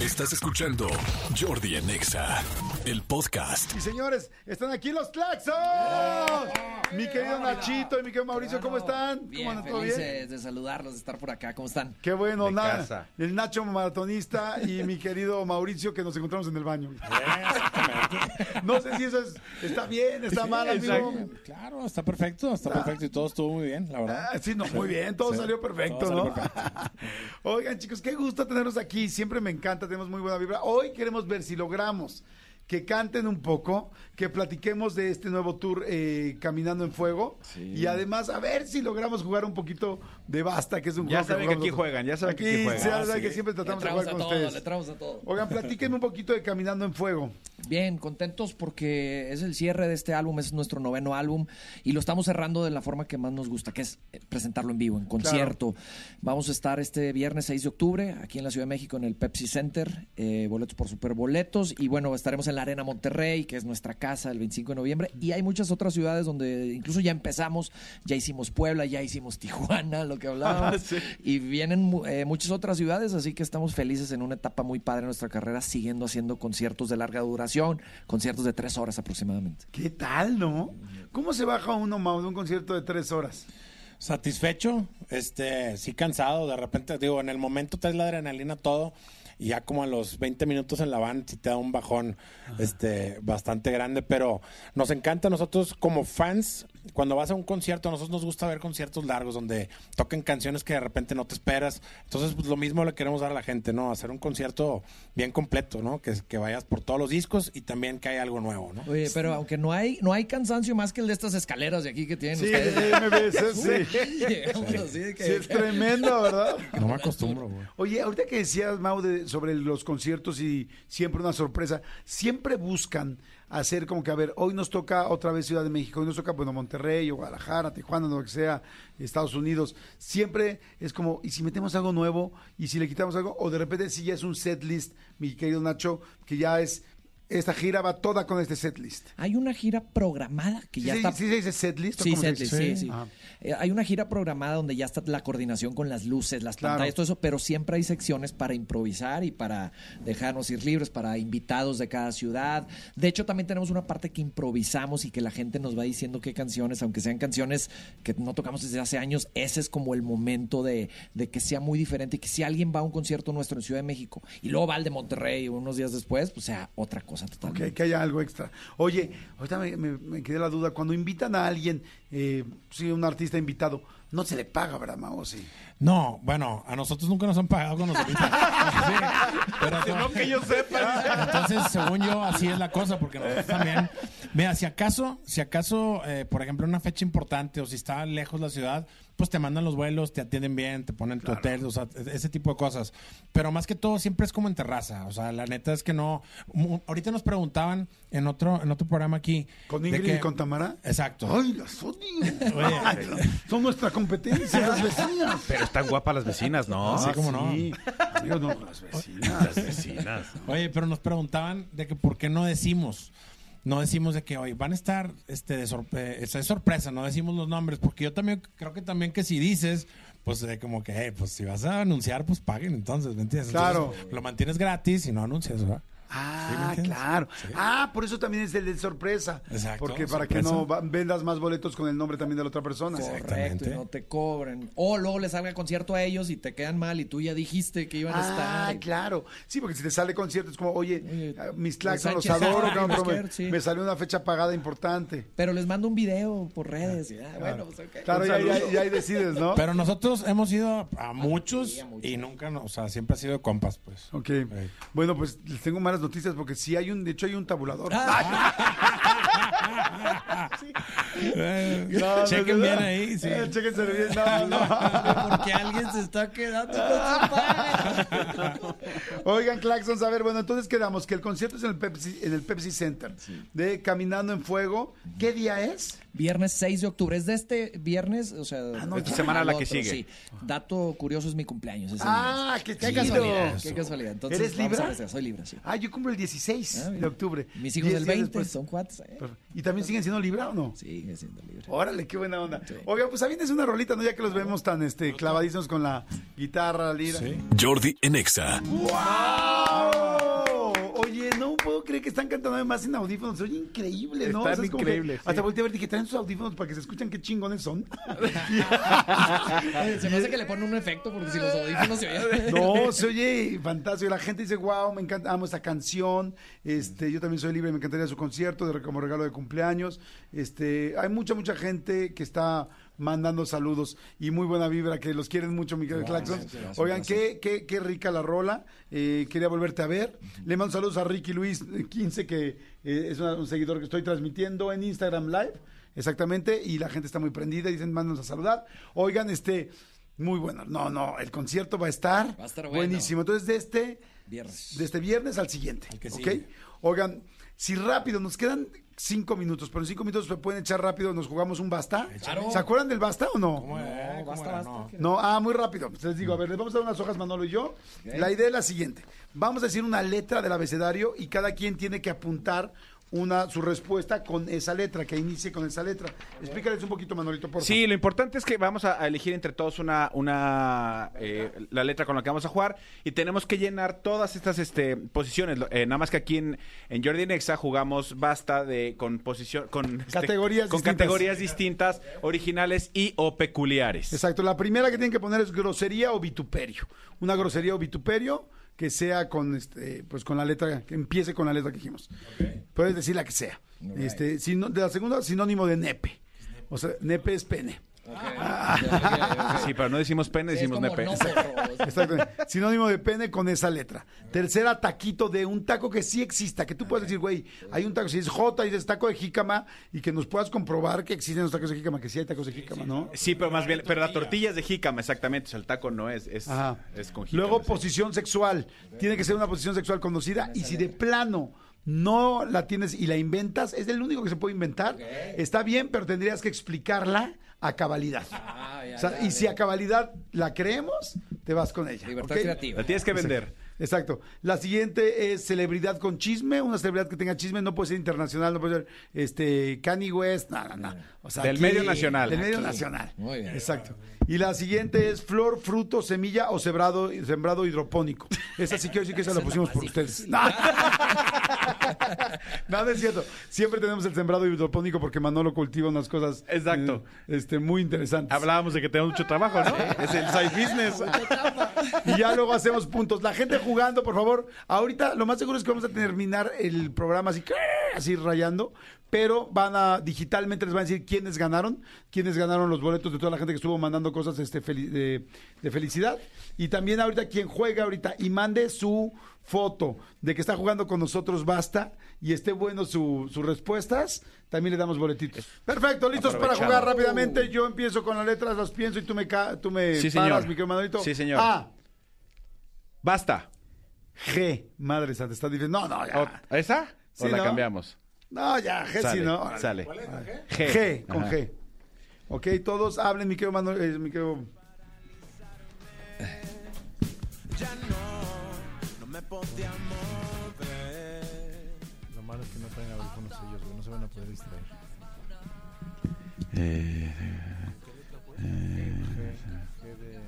Estás escuchando Jordi en Exa, el podcast. Y señores, están aquí los Claxos. Mi querido Nachito y mi querido Mauricio, ¿cómo están? ¿Cómo Bien, andan? ¿Todo felices bien? de saludarlos, de estar por acá. ¿Cómo están? Qué bueno, De nada. casa. El Nacho maratonista y mi querido Mauricio que nos encontramos en el baño. No sé si eso es- está bien, está mal, amigo. Claro, está perfecto, está perfecto y todo estuvo muy bien, la verdad. Ah, sí, no, muy bien, todo Sí. salió perfecto, Todo ¿no? salió Oigan, chicos, qué gusto tenerlos aquí, siempre me encanta, tenemos muy buena vibra. Hoy queremos ver si logramos que canten un poco, que platiquemos de este nuevo tour eh, Caminando en Fuego y además a ver si logramos jugar un poquito de basta, que es un Ya juego saben que jugamos aquí nosotros. juegan, ya saben que aquí juegan. ya Ah, saben sí. que siempre tratamos de le entramos jugar a con todo, le ustedes. entramos a todo. Oigan, platíquenme un poquito de Caminando en Fuego. Bien, contentos porque es el cierre de este álbum, es nuestro noveno álbum y lo estamos cerrando de la forma que más nos gusta, que es eh, presentarlo en vivo, en concierto. Vamos a estar este viernes 6 de octubre aquí en la Ciudad de México en el Pepsi Center, eh, boletos por superboletos y bueno, estaremos en la Arena Monterrey, que es nuestra casa el 25 de noviembre y hay muchas otras ciudades donde incluso ya empezamos, ya hicimos Puebla, ya hicimos Tijuana, lo que hablábamos. Y vienen mu- eh, muchas otras ciudades, así que estamos felices en una etapa muy padre de nuestra carrera, siguiendo haciendo conciertos de larga duración, conciertos de tres horas aproximadamente. ¿Qué tal, no? ¿Cómo se baja uno, Mau, de un concierto de tres horas? Satisfecho, este, sí cansado, de repente, digo, en el momento te es la adrenalina todo, y ya como a los 20 minutos en la van sí te da un bajón, este, bastante grande, pero nos encanta a nosotros como fans, cuando vas a un concierto, a nosotros nos gusta ver conciertos largos, donde toquen canciones que de repente no te esperas, entonces pues, lo mismo le queremos dar a la gente, ¿no? Hacer un concierto bien completo, ¿no? Que, que vayas por todos los discos y también que haya algo nuevo, ¿no? Oye, pero aunque no hay, no hay cansancio más que el de estas escaleras de aquí que tienen Sí, ustedes. me sí. Llegamos así de que- Sí, es tremendo, ¿verdad? No me acostumbro, güey. Oye, ahorita que decías, Mau, de- sobre los conciertos y siempre una sorpresa, siempre buscan hacer como que, a ver, hoy nos toca otra vez Ciudad de México, hoy nos toca, bueno, Monterrey o Guadalajara, Tijuana, lo que sea, Estados Unidos. Siempre es como, ¿y si metemos algo nuevo? ¿Y si le quitamos algo? O de repente si ya es un set list, mi querido Nacho, que ya es, esta gira va toda con este set list. Hay una gira programada que ¿Sí, ya se- está sí se dice set list? o Sí, cómo se setlist, dice? sí, sí. Ajá. Eh, hay una gira programada donde ya está la coordinación con las luces, las Claro. pantallas, todo eso, pero siempre hay secciones para improvisar y para dejarnos ir libres, para invitados de cada ciudad. De hecho, también tenemos una parte que improvisamos y que la gente nos va diciendo qué canciones, aunque sean canciones que no tocamos desde hace años, ese es como el momento de, de que sea muy diferente y que si alguien va a un concierto nuestro en Ciudad de México y luego va al de Monterrey unos días después, pues sea otra cosa totalmente. Ok, que haya algo extra. Oye, ahorita me, me- me quedé la duda. Cuando invitan a alguien, eh, sí, un artista invitado, no se le paga, ¿verdad, Mao? Sí. No, bueno, a nosotros nunca nos han pagado con nosotros. Sí, pero No que yo sepa. entonces, según yo, así es la cosa, porque nosotros también. Mira, si acaso, si acaso, eh, por ejemplo, una fecha importante o si está lejos la ciudad, pues te mandan los vuelos, te atienden bien, te ponen tu hotel, o sea, e- ese tipo de cosas. Pero más que todo, siempre es como en terraza. O sea, la neta es que no. mu- Ahorita nos preguntaban en otro, en otro programa aquí. ¿Con de Ingrid que- y con Tamara? Exacto. Ay, las odio. Oye. eh, Ay, son nuestra competencia, las vecinas. Pero están guapas las vecinas, Ah, ¿no? Sí, cómo no. no. Amigos, no, las Las vecinas. vecinas. Oye, pero nos preguntaban de que por qué no decimos. No decimos de que hoy van a estar este de sorpre- es- es sorpresa, no decimos los nombres, porque yo también creo que también que si dices, pues eh, como que, eh, pues si vas a anunciar, pues paguen entonces, ¿me entiendes? Claro. Entonces, lo mantienes gratis y no anuncias, ¿verdad? ¿Sí me Ah, entiendes? claro. Ah, por eso también es el de sorpresa. Exacto, Porque para que sorpresa. no va- vendas más boletos con el nombre también de la otra persona. Correcto, y Exactamente. no te cobren. O luego le salga el concierto a ellos y te quedan mal y tú ya dijiste que iban a Ah, estar. claro. Sí, porque si te sale concierto es como, oye, Oye, ah, mis claxons los Sánchez adoro, Sánchez, cabrón, pero me, Busquets, sí. Eh, me salió una fecha pagada importante. Pero les mando un video por redes. y, ah, bueno, pues ok. Claro, ya, ya- ya ahí decides, ¿no? Pero nosotros hemos ido a, a muchos sí, a muchos. y nunca, no, o sea, siempre ha sido de compas, pues. Ok. Ey. Bueno, pues les tengo malas noticias porque sí hay un, de hecho hay un tabulador. Ah, Eh, No, no, chequen no, bien no. ahí, sí. Eh, chéquense bien. No, no. Porque alguien se está quedando con su padre. Oigan, Claxons, a ver, bueno, entonces quedamos que el concierto es en el Pepsi, en el Pepsi Center de Caminando en Fuego. ¿Qué día es? Viernes 6 de octubre. Es de este viernes, o sea, no, esta esta semana la que sigue. Sí. Dato curioso es mi cumpleaños. ese Ah, viernes. qué Qué chido. casualidad. Qué casualidad. Entonces, ¿Eres vamos libra? a ver, soy libra, sí. Ah, yo cumplo el 16 Ah, de mira. octubre. Mis hijos Diez del días 20 después. son cuates. ¿eh? ¿Y también siguen siendo libra o no? Sí, me siento libre. Órale, qué buena onda. Oiga, pues también es una rolita, ¿no? Ya que los vemos tan este, clavadísimos con la guitarra, lira. Sí. Jordi en Exa. ¡Guau! güey que están cantando además sin audífonos. Se oye increíble, ¿no? Están es como que increíbles, sí. Hasta volteé a ver, dije, traen sus audífonos para que se escuchan qué chingones son. Se me hace que le ponen un efecto porque si los audífonos se oyen. No, se oye fantástico. La gente dice, wow, me encanta, amo esta canción. Este, yo también soy libre, me encantaría su concierto de, como regalo de cumpleaños. Este, hay mucha, mucha gente que está mandando saludos y muy buena vibra, que los quieren mucho, mi querido Claxon. Oigan, qué, qué, qué rica la rola. Eh, quería volverte a ver. Le mando saludos a Ricky Luis eh, 15, que eh, es una- un seguidor que estoy transmitiendo en Instagram Live. Exactamente, y la gente está muy prendida, dicen, mándanos a saludar. Oigan, este, muy bueno. No, no, el concierto va a estar, Va a estar bueno. buenísimo. Entonces, de este, Viernes. de este viernes al siguiente. Al que ¿ok? sigue. Oigan, si rápido, nos quedan cinco minutos, pero en cinco minutos se pueden echar rápido, nos jugamos un basta. Claro. ¿Se acuerdan del basta o no? Ah, Eh, ¿cómo era? No. No, ah, muy rápido. Pues les digo, a ver, les vamos a dar unas hojas Manolo y yo. La idea es la siguiente. Vamos a decir una letra del abecedario y cada quien tiene que apuntar una su respuesta con esa letra, que inicie con esa letra. Explícales un poquito, Manolito, por favor. Sí, lo importante es que vamos a a elegir entre todos una, una eh, la letra con la que vamos a jugar y tenemos que llenar todas estas este, posiciones. Lo- eh, nada más que aquí en, en Jordi Nexa jugamos basta de con posición con este, Categorías con distintas. categorías distintas, originales y o peculiares. Exacto, la primera que tienen que poner es grosería o vituperio. Una grosería o vituperio que sea con este, pues con la letra, que empiece con la letra que dijimos. Puedes decir la que sea. Este, sino- de la segunda, sinónimo de nepe. O sea, nepe es pene. Sí, pero no decimos pene, Es decimos como nepe. no, pero- Exactamente. Sinónimo de pene con esa letra. Tercera, taquito de un taco que sí exista, que tú puedas decir, güey, hay un taco, si es J, dices taco de jícama, y que nos puedas comprobar que existen los tacos de jícama, que sí hay tacos de jícama, ¿no? Sí, pero más bien, pero la tortilla es de jícama, exactamente. O sea, el taco no es, es, Ajá. es con jícama. Luego, sí. posición sexual. Tiene que ser una posición sexual conocida. Y si de plano no la tienes y la inventas, es el único que se puede inventar. Está bien, pero tendrías que explicarla a cabalidad. Ah, ya, O sea, ya, y ya. si a cabalidad la creemos, te vas con ella. Libertad ¿ok? creativa. La tienes que vender. Exacto. La siguiente es celebridad con chisme. Una celebridad que tenga chisme no puede ser internacional, no puede ser este, Kanye West, nada, nada. O sea, Del medio nacional. Del medio Aquí. nacional. Muy bien. Exacto. Y la siguiente es flor, fruto, semilla o sembrado, sembrado hidropónico. Esa sí quiero decir que esa la pusimos por ustedes. No. No, no es cierto. Siempre tenemos el sembrado hidropónico porque Manolo cultiva unas cosas Exacto. eh, este, muy interesantes. Hablábamos de que tenemos mucho trabajo, ¿no? Es el side business. y ya luego hacemos puntos. La gente jugando, por favor. Ahorita lo más seguro es que vamos a terminar el programa así, así rayando, pero van a digitalmente les van a decir quiénes ganaron, quiénes ganaron los boletos de toda la gente que estuvo mandando cosas este, feli- de, de felicidad. Y también ahorita quien juega ahorita y mande su foto de que está jugando con nosotros, basta, y esté bueno su- sus respuestas, también le damos boletitos. Perfecto, listos para Aprovechado. jugar rápidamente. Yo empiezo con las letras, las pienso y tú me, ca- tú me Sí, Eh, paras, señor. mi querido Manolito. Sí, señor. A, Basta. G, madre santa, está diciendo, no, no, ya. O- ¿Esa? ¿O Ah. Sí, la ¿no? cambiamos? No, ya, G Sale, sí, ¿no? Órale. sale. G, con Ajá. G. Ok, todos hablen, mi querido Manuel, eh, mi querido... Lo malo es que no traen audífonos ellos, güey. No se van a poder distraer. G, G de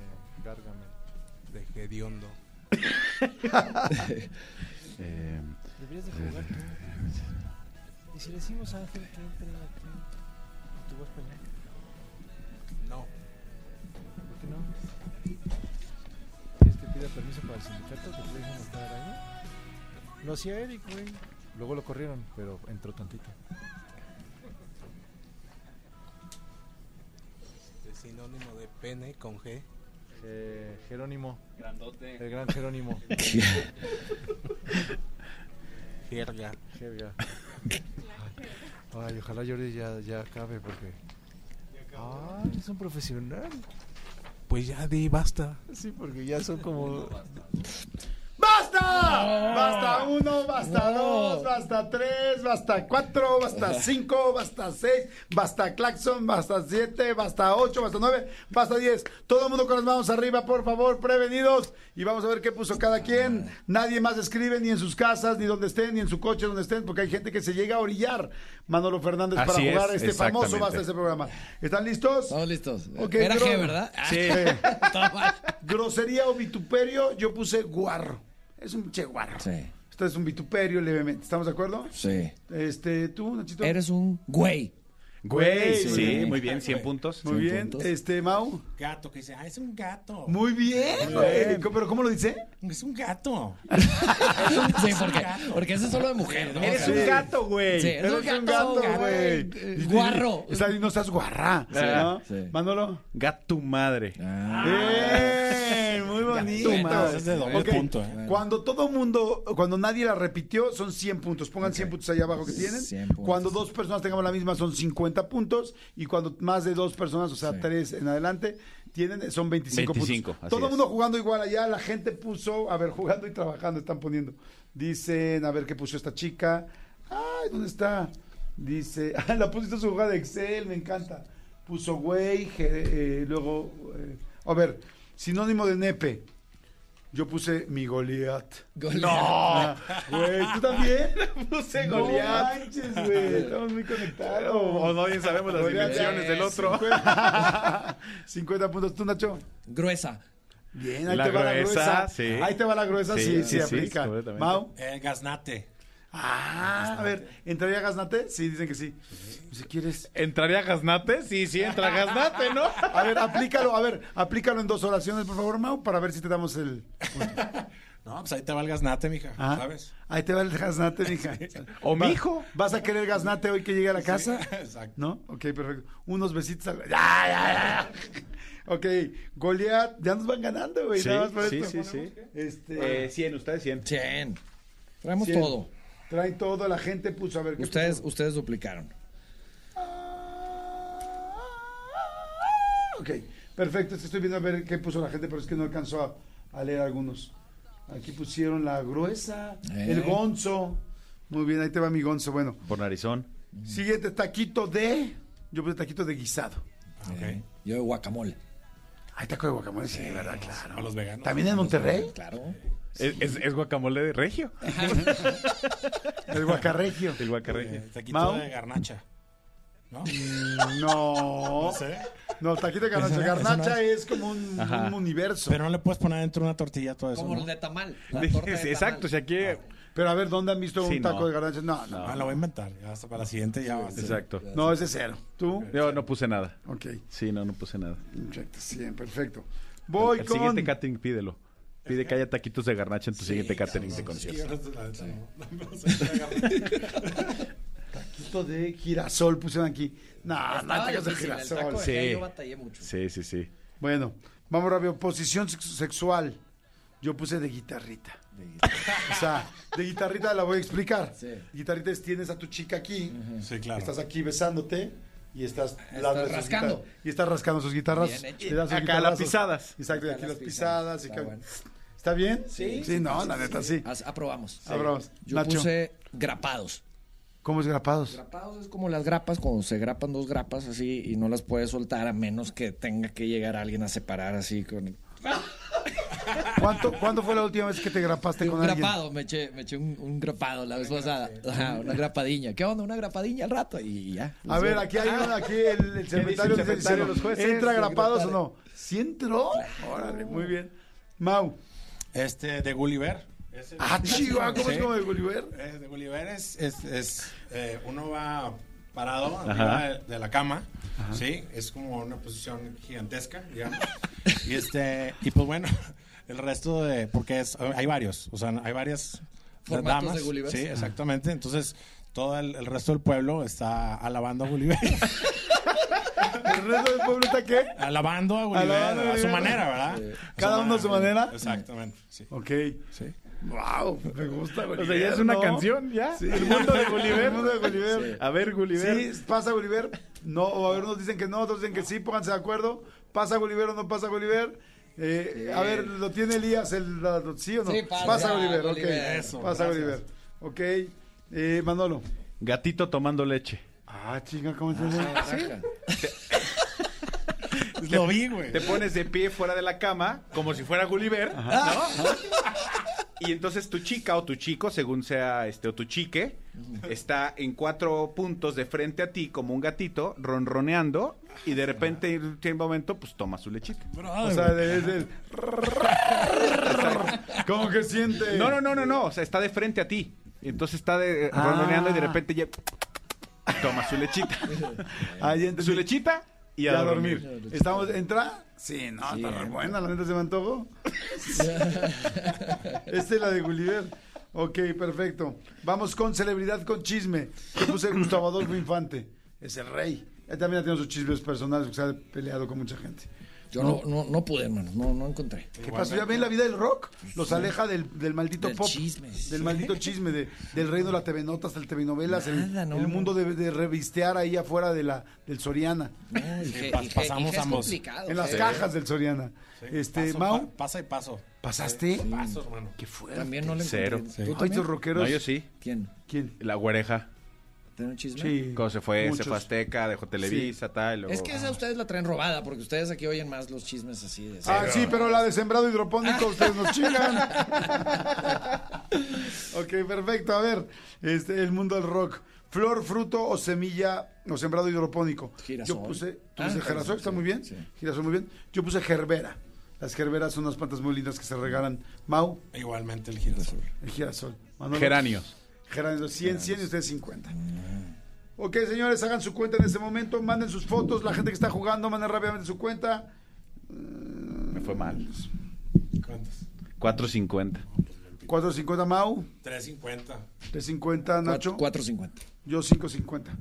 Gargamel. de Gediondo. Deberías de jugar tú. Y si le decimos a Ángel que entre aquí, ¿tú vas para allá? No, ¿Por qué no? ¿Quieres que pida permiso para el sindicato? ¿Que te dejen entrar ahí? Lo hacía Eric, güey. Luego lo corrieron, pero entró tantito. es sinónimo de pene con G. Eh, Jerónimo. Grandote. El gran Jerónimo. Jerga. Jerga. Ay, ojalá Jordi ya, ya acabe porque. Ay, es un profesional. Pues ya di, basta. Sí, porque ya son como. ¡Basta! Basta uno, basta dos, basta tres, basta cuatro, basta cinco, basta seis, basta claxon, basta siete, basta ocho, basta nueve, basta diez. Todo el mundo con las manos arriba, por favor, prevenidos. Y vamos a ver qué puso cada quien. Nadie más escribe ni en sus casas, ni donde estén, ni en su coche, donde estén, porque hay gente que se llega a orillar. Manolo Fernández para Así es, jugar este famoso exactamente. basta de este programa. ¿Están listos? Estamos listos. Ok, Era pero- G, ¿verdad? Sí. Estaba mal. Grosería o vituperio, yo puse guarro. Es un che guarro. Sí. Esto es un vituperio, levemente. ¿Estamos de acuerdo? Sí. Este, tú, Nachito. Eres un güey. Güey, Güey, sí, muy bien, 100 puntos. Muy Sí, bien. puntos. Este, Mau. Gato, que dice, ah, es un gato. Muy bien. güey. ¿Cómo- ¿Pero cómo lo dice? Es un gato. Sí, porque, porque ese es solo de mujer, ¿no? Eres Sí. un gato, güey. Sí, eres Eres un gato, güey. Y- y- Guarro. Está, no estás guarra. Sí. ¿no? Sí. Manolo. Gato madre. Ah, Bien, muy bonito. Bueno, eso es de doble Ok, punto, ¿eh? Cuando todo mundo, cuando nadie la repitió, son 100 puntos. Pongan 100 puntos allá abajo que tienen. 100 puntos. Cuando dos personas tengamos la misma, son 50 puntos. Y cuando más de dos personas, o sea, Sí. tres en adelante, tienen, son 25, 25, puntos. así Todo el es. mundo jugando igual allá. La gente puso, a ver, jugando y trabajando, están poniendo. Dicen, a ver qué puso esta chica. Ay, ¿dónde está? Dice, ah, la pusiste su hoja de Excel, me encanta. Puso güey, je- eh, luego, eh, a ver, sinónimo de nepe. Yo puse mi Goliat. Goliat. No, güey, ¿tú también? Puse No manches, güey, estamos muy conectados. O no bien sabemos las Goliat, dimensiones del otro. 50, 50 puntos, tú, Nacho. gruesa. Bien, ahí La te va la gruesa, gruesa. sí. Ahí te va la gruesa, sí, Sí, sí, sí, sí, aplica. completamente. Mau. El Eh, gaznate. Ah, a ver, ¿entraría Gaznate? Sí, dicen que sí. Pues, Si quieres. ¿Entraría Gaznate? Sí, sí, entra Gaznate, ¿no? A ver, aplícalo, a ver, aplícalo en dos oraciones, por favor, Mau, para ver si te damos el. No, pues ahí te va el gaznate, mija, Ajá. ¿sabes? Ahí te va el gaznate, mija. O Va- mi hijo. ¿Vas a querer gaznate hoy que llegue a la casa? exacto. ¿No? Ok, perfecto. Unos besitos al. ¡Ya, ya, ya! Ok, Goliat, ya nos van ganando, güey. Sí, nada más por sí, esto. sí, sí. Este, Eh, 100, ustedes 100. 100. Traemos Cien. todo. trae todo, la gente puso a ver qué Ustedes, puso? ustedes duplicaron. Ok, perfecto. es que Estoy viendo a ver qué puso la gente, pero es que no alcanzó a, a leer algunos. Aquí pusieron la gruesa, Eh. el gonzo. Muy bien, ahí te va mi gonzo. Bueno, Por narizón. Mm. siguiente taquito de. Yo puse taquito de guisado. Eh, Yo de guacamole. Ay, taco de guacamole, sí, verdad, claro. Eh, A los veganos. ¿También en Monterrey? Claro. Es, es- es guacamole de regio. El guacarregio. El guacarregio. Eh, taquito Mau. de garnacha. ¿No? No. No, taquito de garnacha. Esa- esa no Garnacha es como un, Ajá. un universo. Pero no le puedes poner dentro de una tortilla todo eso. Como ¿no? el de tamal. la torta de Es- tamal. Exacto, o sea, aquí... Pero a ver, ¿dónde han visto Sí, un taco no. de garnacha? No, no. Ah, lo voy a inventar. Ya hasta para la siguiente ya va a ser. Exacto. No, ese es cero. ¿Tú? Yo no puse nada. Ok. Sí, no, no puse nada. Perfecto, sí, perfecto. Voy el con. siguiente catering, pídelo. Pide que haya taquitos de garnacha en tu siguiente catering de concierto. Taquito de girasol pusieron aquí. No, no, Estaba tacos de difícil, el taco girasol. de Sí. acá, Yo batallé mucho. Sí, sí, sí. Bueno, vamos rápido. Posición sex- sexual. Yo puse de guitarrita. O sea, de guitarrita la voy a explicar. Sí. Guitarrita es tienes a tu chica aquí, Sí, claro. estás aquí besándote y estás, dándole sus rascando. guitar- Y estás rascando sus guitarras. Bien hecho. le das sus Acá las guitarrazos. pisadas. Exacto, y Acá aquí las las pisadas. pisadas. y Está acá- bueno. ¿Está bien? Sí. Sí, no, la neta, sí. As- aprobamos. Aprobamos. Yo Nacho. puse grapados. ¿Cómo es grapados? Grapados es como las grapas, cuando se grapan dos grapas así y no las puedes soltar a menos que tenga que llegar alguien a separar así con... ¿Cuánto, ¿Cuándo fue la última vez que te grapaste Ah. Un Este con alguien? grapado, me eché, me eché un, un grapado la vez pasada. Ajá, una grapadiña. ¿Qué onda? Una grapadiña al rato y ya. A ver, aquí hay uno, aquí el, el secretario, secretario dice, de los jueces? ¿Entra El grapados o secretario. no? ¿Sí entró? Órale, muy bien. Mau. Este, de Gulliver. Ese- Ah, chiva, ¿cómo es Sí. como de Gulliver? Eh, de Gulliver es, es, es, eh, uno va parado arriba de, de la cama, sí, es como una posición gigantesca, digamos. y este, y pues bueno, el resto de, porque es, hay varios, o sea, hay varias Formatos damas, de Gulliver. sí, exactamente. Entonces todo el, el resto del pueblo está alabando a Gulliver, ¿El resto del pueblo está qué? alabando a Gulliver Alabando a a su Gulliver. manera, ¿verdad? A Cada uno a su manera. Exactamente. Sí. Ok. Sí. Wow, me gusta Gulliver. O sea, ya es una ¿no? canción, ya. Sí. El mundo de El Gulliver. mundo de Gulliver. A ver, Gulliver. Sí, pasa Gulliver. No, o a ver, unos dicen que no, otros dicen que sí, pónganse de acuerdo. ¿Pasa Gulliver o no pasa Gulliver? Eh, A ver, ¿lo tiene Elías? El, la- ¿Sí o no? Sí, pasa Gulliver, ok. Gulliver. Eso, pasa Gulliver. Ok. Eh, Manolo. Gatito tomando leche. Ah, chinga, ¿cómo se llama? Naranja. Lo vi, güey. Te pones de pie fuera de la cama, como si fuera Gulliver, ¿no? Y entonces tu chica o tu chico, según sea este o tu chique, está en cuatro puntos de frente a ti como un gatito ronroneando y de repente Ah, en un momento pues toma su lechita. O sea, es el... Como que siente. No, no, no, no, no. O sea, está de frente a ti. Entonces está de, Ah. rondoneando y de repente ya. Toma su lechita. Ahí entendí. su lechita y a, Ya dormir. ¿Estamos, ¿Entra? Sí, no, está re buena, la neta se me antojó. Esta es la de Gulliver. Ok, perfecto. Vamos con celebridad con chisme. Yo puse Gustavo Adolfo Infante. Es el rey. Él también ha tenido sus chismes personales, que se ha peleado con mucha gente. Yo no, no, no pude, hermano. No, no encontré. ¿Qué pasa? ¿Ya ven la vida del rock? Los aleja del, del maldito Del pop. chisme. Del maldito chisme, de- del reino de las TV notas, del TV novelas, el, Nada, no, el no. mundo de, de revistear ahí afuera de la, del Soriana. No, Sí, dije, pas- dije- pasamos dije, es ambos. complicado. En las Sí. cajas del Soriana. Este, Paso, Mau, pa- pasa y paso. ¿pasaste? Paso, hermano. ¿Qué fue? También no le encontré. Cero. ¿Tú Ay, también? estos rockeros. No, yo sí. ¿Quién? ¿Quién? La güereja. ¿Tiene un chisme? Cuando se fue, Muchos. se fue Azteca, dejó Televisa, tal. y luego- Es que esa ustedes la traen robada, porque ustedes aquí oyen más los chismes así de... Ah. Ah, sí, pero la de sembrado hidropónico ustedes nos chingan. ok, perfecto. A ver, este, el mundo del rock. Flor, fruto o semilla o sembrado hidropónico. Girasol. Yo puse, tú Ah, puse girasol, girasol, está sí, muy bien. sí. Girasol muy bien. Yo puse gerbera. Las gerberas son unas plantas muy lindas que se regalan. Mau, Igualmente el girasol. el girasol. Manolo. Geranios. Gerardo, 100, 100 y ustedes 50. Ok, señores, hagan su cuenta en este momento, manden sus fotos, la gente que está jugando, manden rápidamente su cuenta. Me fue mal. ¿Cuántos? 4.50. 450 Mau, 350. 350 Nacho, 4.50. yo 550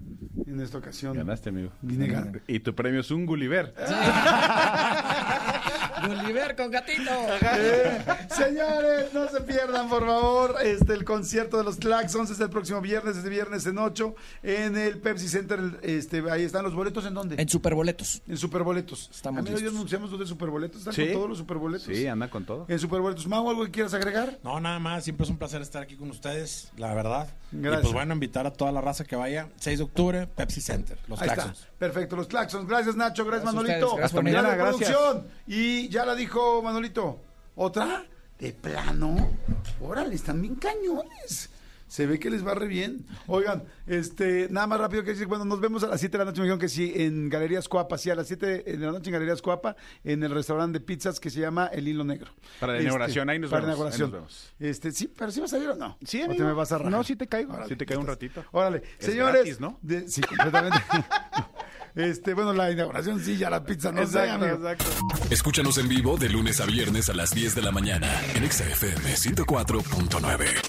en esta ocasión. Ganaste, amigo. Vine Ah, ganando. Y tu premio es un Gulliver. Gulliver con gatito. Eh, Señores, no se pierdan, por favor, este el concierto de los Claxons es el próximo viernes, este viernes en 8 en el Pepsi Center, el- este ahí están los boletos en dónde? En superboletos. En Superboletos. Estamos Amigo, ya listos. anunciamos dónde Superboletos, están Sí. con todos los Superboletos. Sí, anda con todo. En Superboletos, Mau, ¿algo que quieras agregar? No, nada más, siempre es un placer estar aquí con ustedes, la verdad. Gracias. Y pues bueno, invitar a toda la raza que vaya. 6 de octubre, Pepsi Center, los Ahí Claxons. está. Perfecto, los claxons. Gracias, Nacho. Gracias, Gracias a Manolito. ustedes, gracias, Hasta Juanito. mañana, Gracias. producción. Y ya la dijo Manolito. ¿Otra? De plano. Órale, están bien cañones. Se ve que les va re bien. Oigan, este, nada más rápido que decir, bueno, nos vemos a las 7 de la noche, me dijeron que sí, en Galerías Cuapa, sí, a las 7 de la noche en Galerías Cuapa, en el restaurante de pizzas que se llama El Hilo Negro. Este, Para la inauguración, ahí nos para vemos, la inauguración. ahí nos vemos. Este, sí, pero sí vas a ir o no. Sí, ¿O amigo. te me vas a rajar? No, sí te caigo. Órale, Sí te caigo un entonces, ratito. Órale, Es señores. gratis, ¿no? de- sí, completamente. este, bueno, la inauguración sí, ya la pizza no sé, amigo. Escúchanos en vivo de lunes a viernes a las 10 de la mañana en Exa FM 104.9.